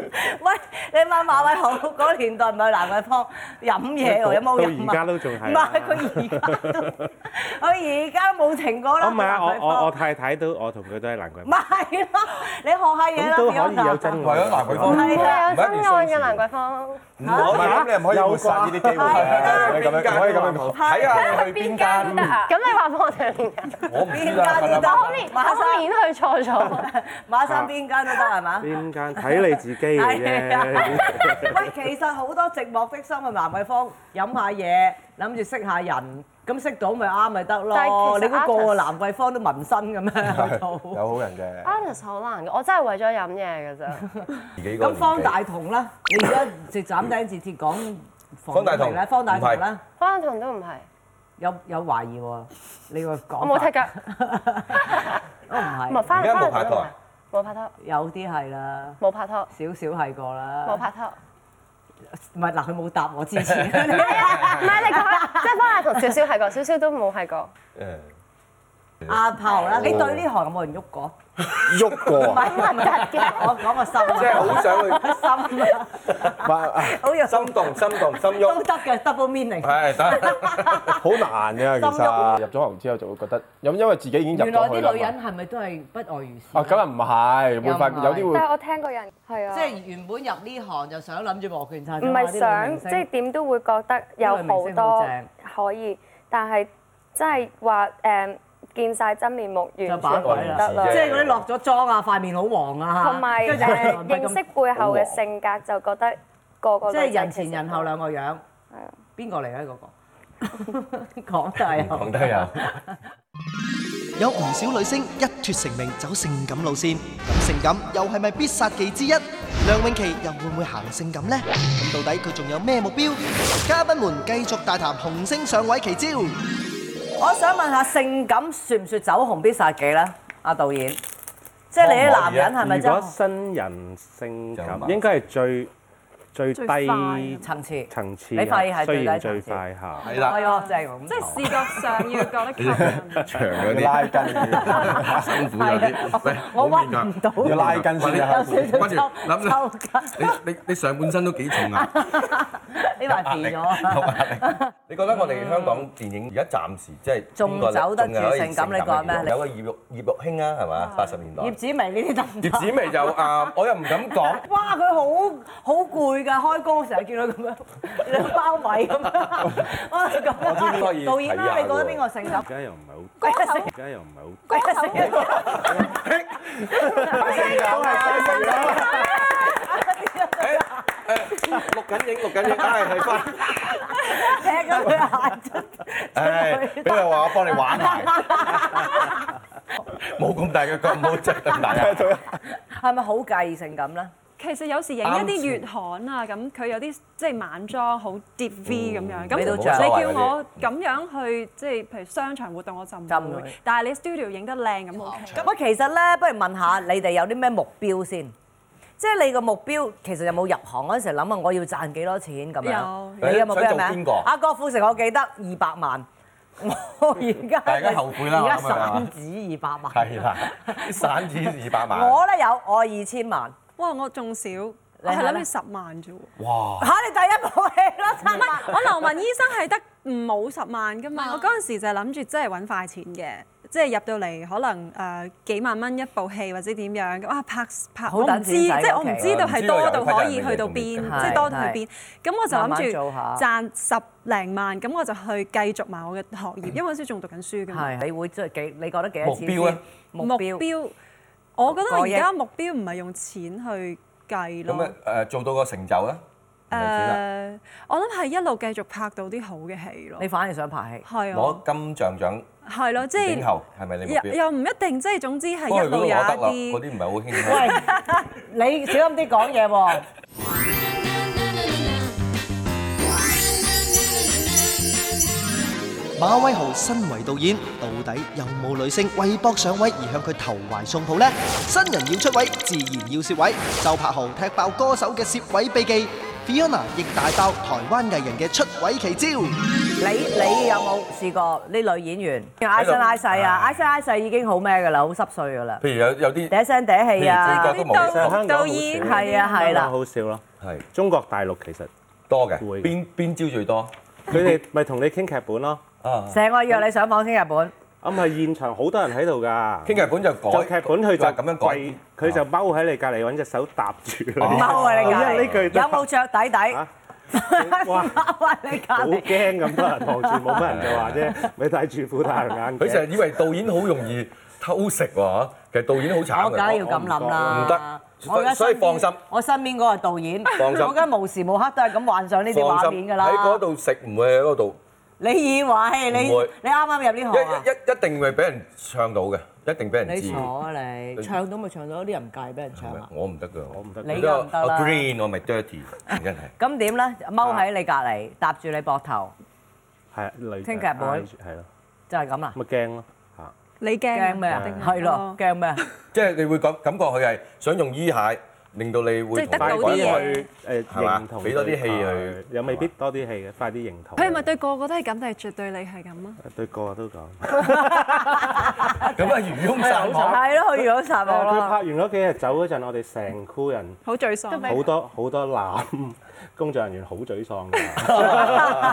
喂，你問馬偉豪嗰年代唔係蘭桂坊飲嘢喎，有冇飲啊？到而家都仲係唔係佢而家都， 佢而家冇停過啦。我唔係啊，蘭桂我坊我我太太都我同佢都係蘭桂唔係咯，你學下嘢咁啦，都可以 Fiona 有真愛。為咗蘭桂坊係啊有真愛嘅蘭蘭桂坊，唔可以啊咁，你唔可以抹殺呢啲機會啊。你咁樣唔可以咁樣講。睇下你去邊間，咁你話幫我哋練緊，我唔知邊啦。間都得我好面我好面去錯咗。馬生邊間都得係嘛？啊邊間睇你自己嘅係 啫。喂，其實好多寂寞的心去蘭桂坊飲下嘢，諗住識下人，咁識到咪啱咪得但咯。係你其實估個個 artist- 蘭桂坊都紋身嘅咩？ 去到有好人嘅， Artist 好難嘅，我真係為咗飲嘢嘅啫。 自己嗰個咁年紀方大同啦，你而家直斬釘截鐵講方大同咧，方大同啦，方向都唔係，有有懷疑喎，你個講我冇踢法都唔腳，唔係係，翻而家冇翻拍拖啊冇拍拖，有啲係啦，冇拍拖，少少係過啦，冇拍拖。唔係嗱，佢冇答我之 前， 唔係你講，即係方向同少少係過，少少都冇係過。誒阿炮啦，你對呢行有冇人喐過？喐過唔啊，係核突嘅，我講個心啊，即係好想去個心啊，唔好有心動、心動、心都喐，得嘅 double meaning。係得。係好難嘅其心喐實。入咗行之後就會覺得，咁因為自己已經入原來咗去啲啦 à. 女嘛。人係咪都係不外如是？啊，梗係唔係，會發又唔係有但啲會係我聽過人係啊，即係原本入呢行就想諗住磨拳擦唔掌啊，係想，即係點都會覺得有好多可以，但係真係話誒見晒真面目，完全就唔把鬼啦得啦。，即係嗰啲落咗妝啊，塊面好黃啊，同埋跟誒住認識背後嘅性格，就覺得個個即女係仔人前其實人後兩個樣。邊個嚟咧？嗰 個講大啊！講得有。有唔少女星一脱成名走性感路線，咁性感又係咪必殺技之一？梁詠琪又會唔會行性感呢？咁到底佢仲有咩目標？嘉賓們繼續大談紅星上位奇招。我想問下性感算唔算走紅必殺技咧？阿導演，即係你啲男人係咪如真果係新人性感就麻，應該係最最最快低層次？層次你發現係啊，最雖低然層最次快嚇。係啦，係啊，就係咁。即係視覺上要覺得吸引。啊長嗰要拉筋啲，嘅，辛苦嗰啲。喂我好屈面㗎唔到，要拉筋喂 先你啊。關住諗諗，抽筋，你你你上半身都幾重啊？呢排肥咗。你覺得我哋香港電影而家暫時即係仲走得住性感你講咩有個葉玉葉玉卿啊，係嘛？八十年代葉。子楣呢啲得唔得葉子楣就啊，我又唔敢 講。哇！佢好好攰㗎，開工成日見佢咁樣兩包米咁樣。 我係我知邊咁個要樣，哎導演睇啦，下你覺得喎邊個性感 而？家又唔係好，而家又唔係好。 歌手誒誒，錄緊影錄緊影，唉 係翻，踢咗佢行出唉俾佢話我幫你 玩 埋，冇咁大嘅腳，唔好真係咁大啊！係咪好介意性感咧？其實有時影一啲粵韓啊，咁佢有啲即係晚裝好 deep V 咁樣，咁俾到你著叫我咁樣去即係譬如商場活動我就唔浸會佢，但係你 studio 影得靚咁 OK。咁啊，其實咧，不如問下你哋有啲咩目標先？即係你個目標其實有冇入行嗰陣時諗啊，我要賺幾多錢咁樣？有你嘅目標係咩想做邊個啊？阿郭富城，我記得二百萬。 我而家大家後悔啦而家啱啊散紙二百萬。係啦，散紙二百萬，我咧有，我二千萬。哇！我仲少，我係諗住十萬啫喎。哇！嚇！你第一部戲 啦，真係。我劉文醫生係得唔冇十萬噶嘛，我嗰陣時就係諗住真係揾快錢嘅，即係入到嚟可能誒、呃、幾萬蚊一部戲或者點樣咁啊拍拍，好我等唔錢知使即係我唔 OK 知道係多到可以去到邊，唔規劃知道有人即係多到去邊。咁我就諗慢慢住做啊下賺十零萬，咁我就去繼續埋我嘅學業，因為嗰時仲讀緊書㗎嘛。係，你會即係幾？你覺得幾多錢目標先啊咧？目目標標，我覺得我過而億家目標唔係用錢去計咁咯啊。誒做到個成就咧，唔係錢啦，誒，我諗係一路繼續拍到啲好嘅戲咯你。反而想拍戲？係啊攞，金像獎係咯，即係影。後係咪你目又標？又唔一定，即係總之係不過一嗰度路我有一得啦，嗰啲啲唔係好輕鬆。喂，你小心啲講嘢喎。馬威豪身為導演，到底有冇女星為搏上位而向佢投懷送抱呢？新人要出位，自然要攝位。周柏豪踢爆歌手嘅攝位秘技，Fiona 亦大爆台灣藝人嘅出位奇招。你你有冇試過呢類演員？嗌聲嗌細啊，啊嗌聲嗌細已經好咩㗎啦，好濕碎㗎啦，譬如有有啲嗲聲嗲氣啊譬，如最近都冇其實聲，香港好導少演係啊係香港啦，好少咯。係中國大陸其實 多嘅。會邊邊招最多佢哋咪同你傾劇本咯。啊？成個約你上房傾日本，啊，唔係現場好多人喺度㗎。傾劇本就改就劇本佢就咁樣跪改，佢就踎喺你隔離，揾隻手搭住你。踎啊 你隔因為呢句離，都有冇着底底？啊哇！ 踎啊你隔好離，驚咁多人望住，冇乜人就話啫，咪戴住副太陽眼鏡。佢成日以為導演好容易偷食喎，其實導演好慘嘅。我梗係要咁諗啦，唔得我而家所以身邊放心我身邊嗰個導演，放心我而家無時無刻都係咁幻想呢啲畫放面心㗎喺嗰啦。度食唔會喺嗰度，你以為你唔會你啱啱入呢一行啊？一一一定會俾人唱到嘅，一定俾人你知。傻啊你！唱到咪唱到，啲人唔介意俾人唱啊！我唔得㗎，我唔得㗎你又唔得啦 Ờ, green 我咪 dirty，真係。咁點咧？踎喺你隔離，搭住你膊頭，係類傾劇本係咯，就係咁啦。啊咪驚咯嚇。你驚嗯啊哦驚咩啊？係咯，驚咩啊？即係你會感感覺佢係想用衣鞋令到你會即係得同到大啲家嘢去誒係嘛認同俾多啲對戲白佢又未必多啲戲嘅，快啲認同。佢係咪對個個都係咁，定係絕對你係咁啊？對個個都講？咁啊，魚翁散網。係咯，去咗殺誒我佢拍啦。完嗰幾日走嗰陣，我哋成箍人 好沮喪。啊好多好多男 工作人員好沮喪㗎，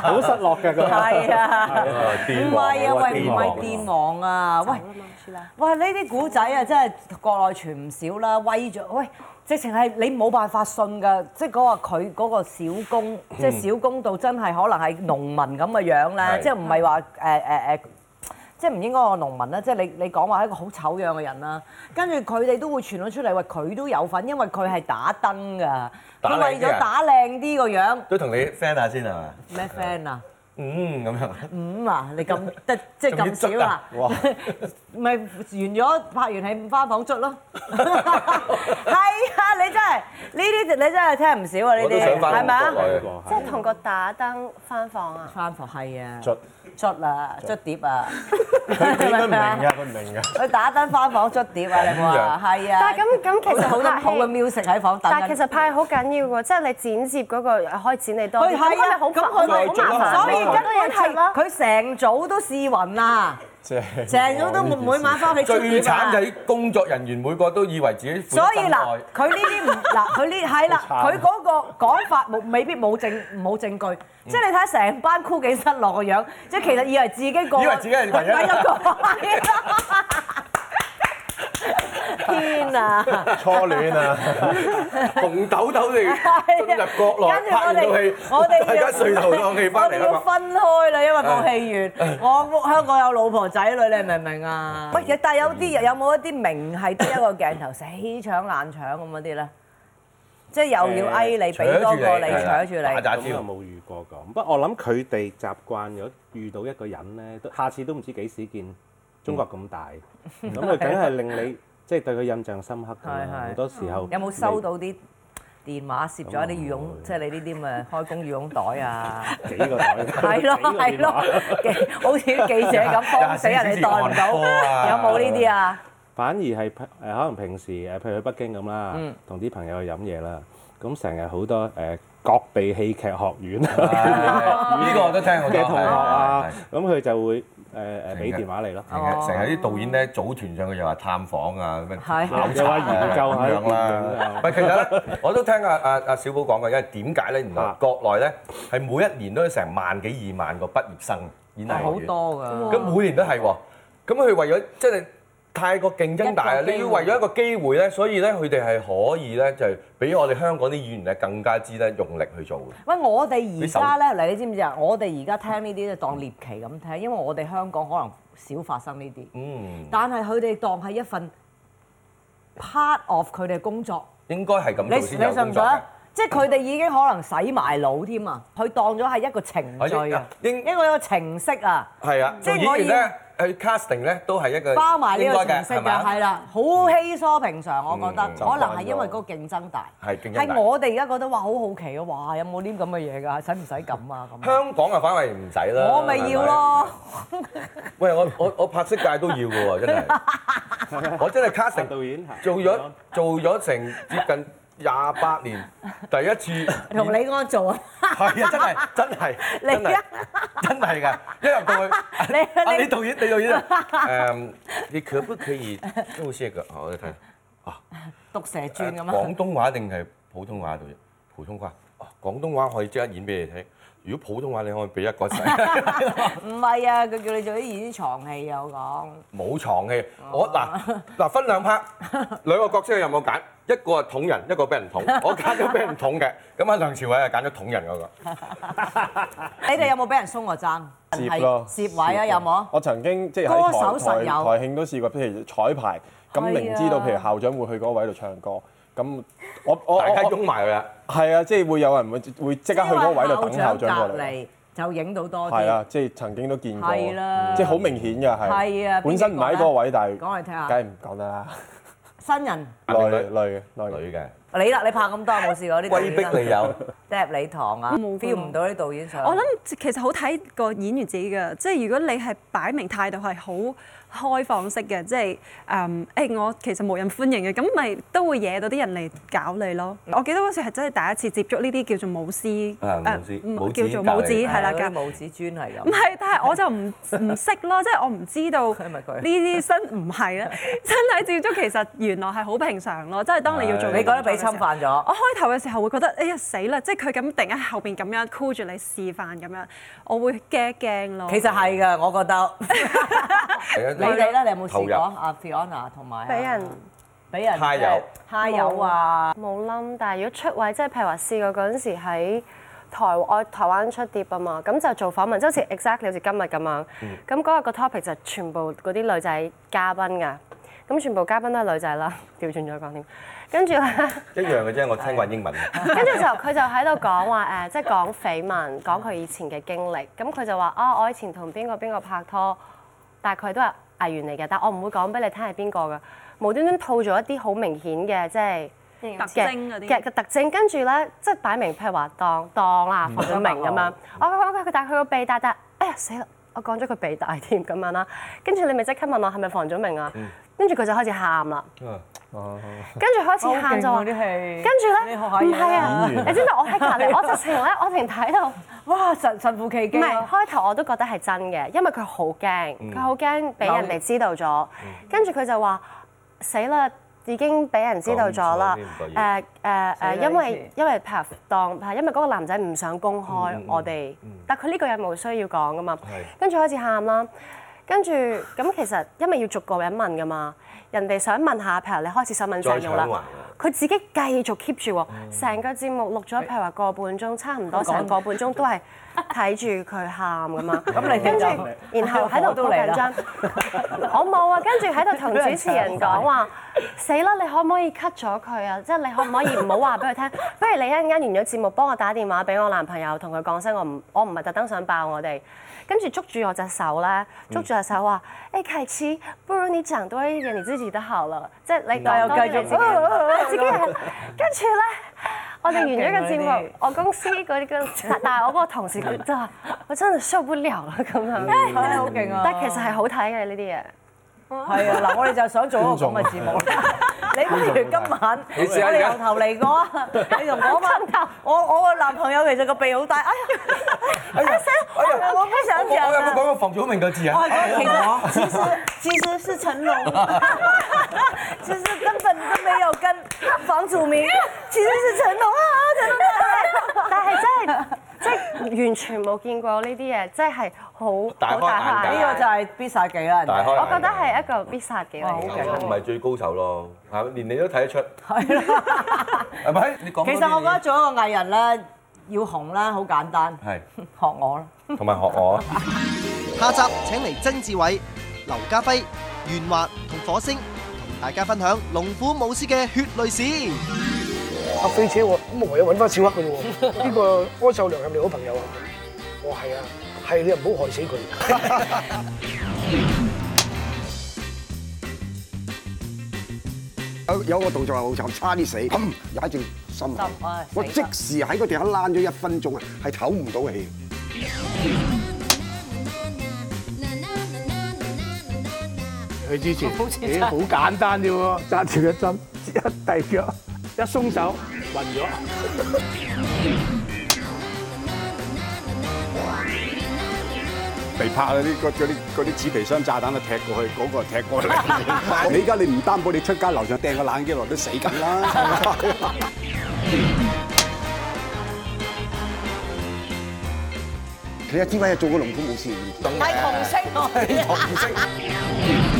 好失落㗎佢。係啊。唔唔係啊，喂，唔係電王啊，喂，喂，呢啲古仔啊，真係國內傳唔少啦，威咗，喂，直情係你冇辦法信噶，即係嗰個佢嗰個小工，嗯即係小工到真係可能係農民咁嘅樣咧，係即係唔係話誒誒誒。即係唔應該我農民啦，即係你你講話係一個好醜樣嘅人啦，跟住佢哋都會傳咗出嚟，喂佢都有份，因為佢係打燈㗎，打佢靚為啲咗啊打靚啲個樣都同你 friend 下先係嘛？咩 friend 啊？嗯，咁樣。五啊，你咁得即係咁少啊？ 咪完咗拍完戲翻房捽咯， 係啊！你真係呢啲你真係聽唔少啊！呢我都想啲翻係咪啊韓？國個即係同個打燈翻房啊！翻房係啊，捽捽啊，捽碟啊，佢佢應該唔明㗎，佢唔明㗎。 佢打燈翻房捽碟啊！你有冇啊？係啊，但係咁咁其實好多拍戲好嘅 music 喺房等但緊。係其實派好緊要喎，即係你剪接嗰個可以剪你多佢啲，咁係係咪啊，好咁煩佢咪好麻煩？所以好根多嘢本睇係啦。佢成早都試暈啦，即係成早都每每晚翻屋企捽碟最啊慘就係啲工作人員每個都以為自己負所責以 真嗱愛，佢呢啲唔 嗱，佢呢係啦，好佢慘嗰個講法冇未必冇 證冇證據，即係你睇成班箍幾失落個樣，即係其實以為自己個以為自己係唯一唯一 個。天啊！初 戀啊！紅豆豆哋進入國內跟住拍我完套戲哋，我哋要 大家垂頭喪氣翻我嚟哋啦要嘛。分開啦，因為部戲院，我香港有老婆仔女，你明唔明啊？喂，但係有啲有冇一啲明係得一個鏡頭死搶爛搶咁嗰啲咧？即係又要誒翳你，俾多個你，係啦搶住打你。打咁又招。冇遇過咁，不過我諗佢哋習慣咗遇到一個人咧，都下次都唔知幾時見。中國咁大，咁佢梗係令你即係對佢印象深刻㗎係係啦。好多時候有冇收到啲電話攝咗一啲羽絨咁啊，即係你呢啲咁嘅開工羽絨袋 啊？幾個袋？係咯係幾個電咯話，記好似記者咁幫死人哋袋 唔到，有冇呢啲啊？反而係誒可能平時誒，譬如去北京咁啦，同啲朋友去飲嘢啦，咁成日好多誒各地戲劇學院 呢個我都聽好多嘅同學係啊係係， 咁佢就會誒誒俾成日電話你咯，成日成日啲導演咧組團上去又話探訪啊，咩係考又察話啊研究下咁樣啲電影啦啊。喂，其實咧，我都聽阿阿阿小寶講過，因為點解咧？原來啊國內咧係每一年都有成萬幾二萬個畢業生演藝好學院。多㗎。咁每年都係喎。咁佢為咗即係太過競爭大啊，一個機會你要為咗一個機會咧，所以咧佢哋係可以咧就係比我哋香港啲演員咧更加之咧用力去做嘅。喂，我哋而家咧，嗱，你知唔知啊？我哋而家聽呢啲就當獵奇咁聽，因為我哋香港可能少發生呢啲，嗯，但係佢哋當係一份 part of 佢哋工作。應該係咁你做你先信有唔工信作嘅啊？即係佢哋已經可能洗埋腦添啊！佢當咗係一個程序啊，我應一個一個程式啊，係啊，即做係演我員咧去 casting 咧都係一個包埋呢應個該程嘅式係嘅，嘛？係啦，好稀疏平常，我覺得嗯可能係因為嗰個競爭大，係競爭大係我哋而家覺得哇好好奇啊！哇，有冇啲咁嘅嘢㗎？使唔使咁啊？ 咁香港啊，反為唔使啦。我咪要咯。係咪。喂，我我我拍色戒都要嘅喎，真 係。我真係 casting 導演嚇做咗做咗成接近廿八年，第一次同李安做 啊！係啊，真係真係你真係真係㗎，一入到去，你啊你你導演你導演啊，誒，你可不可以用些個？好我嚟睇下，毒蛇誒傳咁啊！廣東話定係普通話導演？普通話，哦廣東話可以即刻演俾你睇。如果普通話你可以俾一個仔，唔係啊，佢叫你做啲演啲床戲啊，我講。冇藏戲。我嗱嗱分兩 part，兩個角色有冇揀？一個係捅人，一個俾人捅。我揀咗俾人捅嘅，咁啊梁朝偉係揀咗捅人嗰個。你哋有冇俾人鬆過爭？接咯，係攝位啊，有冇？我曾經即係歌手喺實台有台台慶都試過，譬如彩係排，啊咁明知道譬如校長會去嗰個位度唱歌，咁我我大家我擁埋佢啦。係啊，即係會有人會會即刻去嗰個位度等校長過隔嚟。離就影到多係啲啊，。即係曾經都見過，係啦即係好明顯㗎，係。係啊邊本身唔喺嗰個位，但係講嚟聽下梗係唔講得啦，新人累女累嘅累嘅。女嘅，你啦，你拍咁多有冇試過啲導威演啊逼你有， ，dap 你堂啊冇㗎，feel 唔到啲導演上。我諗其實好睇個演員自己嘅，即係如果你係擺明態度係好開放式嘅，即係誒誒我其實無人歡迎嘅，咁咪都會惹到啲人嚟搞你咯。我記得嗰時係真係第一次接觸呢啲叫做舞獅嗯啊誒舞獅唔舞獅叫教做舞你獅係啦嗰㗎啲。拇指磚係唔咁。係，但係我就唔唔識咯，即係我唔知道 係咪呢佢啲身唔係 啦，身體接觸其實原來係好平常咯，即係當你要做你覺得俾侵犯咗？我開頭嘅時候會覺得，哎呀死啦！即係佢咁突然間後邊咁樣箍住你示範咁樣，我會驚驚咯。其實係㗎，我覺得。係啊你哋咧，你有冇試投入過啊？Fiona 同埋啊俾人俾人揩油揩油啊！冇冧，但係如果出位，即係譬如話試過嗰陣時喺台我台灣出碟啊嘛，咁就做訪問，即係好似 exactly 好似今日咁樣。咁嗰日個 topic 就係全部嗰啲女仔嘉賓㗎，咁全部嘉賓都係女仔啦， 調轉咗講添。跟住咧。一樣嘅啫，我聽慣英文。 跟住就佢就喺度講話誒，即係講緋聞，講佢以前嘅經歷。咁佢就話啊，我以前同邊個邊個拍拖，大概都係藝員嚟嘅，但我唔會講俾你聽係邊個㗎。無端端套咗一啲好明顯嘅，即係特嘅徵嗰啲嘅嘅特徵，跟住咧即係擺明譬如話當當啦，馮小明咁樣。我我佢但係佢個鼻大大，哎呀死啦！我講咗佢鼻大添咁樣啦，跟住你咪即刻問我係咪房祖明啊？跟住佢就開始喊啦，跟住開始喊就話好勁喎啲戲跟住你咧，學下唔嘢係啊！演員啊你知唔知我喺隔離，我直情咧，我直情睇到，唔哇！神神乎其技係啊！開頭我都覺得係真嘅，因為佢好嗯驚，佢好驚俾人哋知道咗，跟住佢就話死啦。已經俾人知道咗啦講錯添唔覺意誒誒誒，因死啦為因為譬如當係因為嗰個男仔唔想公嗯開我哋，但佢呢個人冇需要講噶嘛，跟住開始喊啦，跟住咁其實因為要逐個人問噶嘛，人哋想問下，譬如你開始想問鄭融再搶啊啦話。佢自己繼續 keep 住喎，成個節目錄咗譬如話個半鐘，差唔多講成個半鐘都係睇住佢喊咁啊嘛。咁 你哋跟住就然後喺度哎我都好嚟啦緊 張，我冇啊，跟住喺度同主持人講話，死啦！你可唔可以 cut 咗佢啊？即係你可唔可以唔好話俾佢聽？ 不如你一陣間完咗節目，幫我打電話俾我男朋友，同佢講聲我唔我唔係特登想爆我哋。跟住捉住我隻手咧，嗯捉住隻手話：，誒、凱琪，不如你講多一點你自己的好了，即係你嗯但又當然繼續你自己 人自己 人。跟住咧，我哋完咗個好勁節啊呢目啲，我公司嗰啲嗰， 但係我嗰個同事嗯佢真係，我真係受不了啦咁樣。係好勁啊！但其實係好睇嘅呢啲嘢。 係啊！嗱，我哋就想做一個咁嘅節目。你不如今晚，你試下我哋而家由頭嚟過啊！你同我嘛，我我個男朋友其實個鼻好大，哎呀，哎呀，我不想我有冇講講。過房祖名個字啊？我其實其實是成龍，其實根本都沒有跟房祖名，其實是成龍啊，成龍但係真係即係完全冇見過呢啲嘢，即係好大開好大眼界呢個就哦係必殺技啦，人大哋開眼啊我覺得係一個必殺技嚟哇好勁嘅。唔係最高手咯，係咪連你都睇得出，係啦。係咪？你講其實我覺得做一個藝人咧，要紅啦，好簡單，係學我啦。同埋學我。啊 下集請嚟曾志偉、劉家輝、袁華同火星同大家分享龍虎武師嘅血淚史。搭飛車喎，咁我唯有揾翻小黑佢啫喎。呢個柯秀良係咪你好朋友啊？我話係啊，係你又唔好害死佢。 有有個動作係好慘，差啲死，冚踩正心口心唉死啦我即時喺個地下躝咗一分鐘啊，係唞唔到氣。佢之前咦好簡單啫喎，揸住個針一遞腳，一鬆手暈咗。被拍嗰啲嗰嗰啲嗰啲紙皮箱炸彈啊踢過去，嗰、個踢過嚟。 你而家你唔擔保，你出街樓上掟個冷機落都死緊啦。 啊其實志偉係做過龍虎武師嘅，係紅色喎。唔識。